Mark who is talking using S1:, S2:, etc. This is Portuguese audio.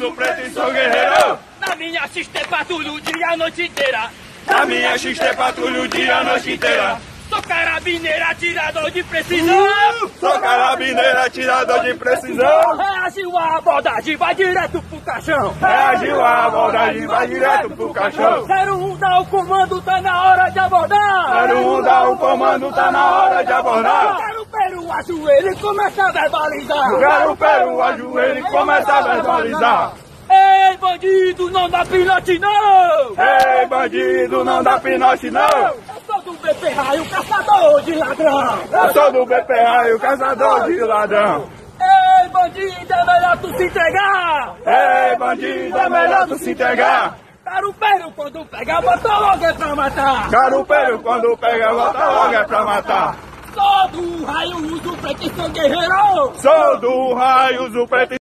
S1: do preto e sou guerreiro.
S2: Na minha assiste patrulho o dia e a noite inteira.
S1: Na minha xista é patrulha o dia a noite inteira.
S2: Sou carabineiro atirador de precisão.
S1: Sou carabineiro atirador de precisão.
S2: Reagiu a abordagem, vai direto pro caixão.
S1: Reagiu à abordagem, vai direto pro caixão.
S2: 01 dá o comando, tá na hora de abordar.
S1: Quero um dar o comando, tá na hora de abordar.
S2: Quero peru, ajoelho e começa a verbalizar.
S1: O garupeiro ajoelha e começa a verbalizar.
S2: Ei, bandido, não dá pilote não.
S1: Ei, bandido, não dá pinote não.
S2: Eu sou do BP Raio, caçador de ladrão.
S1: Eu sou do BPA e o caçador de ladrão.
S2: Ei, bandido, é melhor tu se entregar.
S1: Ei, bandido, é melhor tu se entregar.
S2: Garupeiro, quando pegar, bota logo é pra matar.
S1: Garupeiro quando pega, volta logo é pra matar.
S2: Todo raio uso preto e sou guerreiro.
S1: Sou do raio, o preto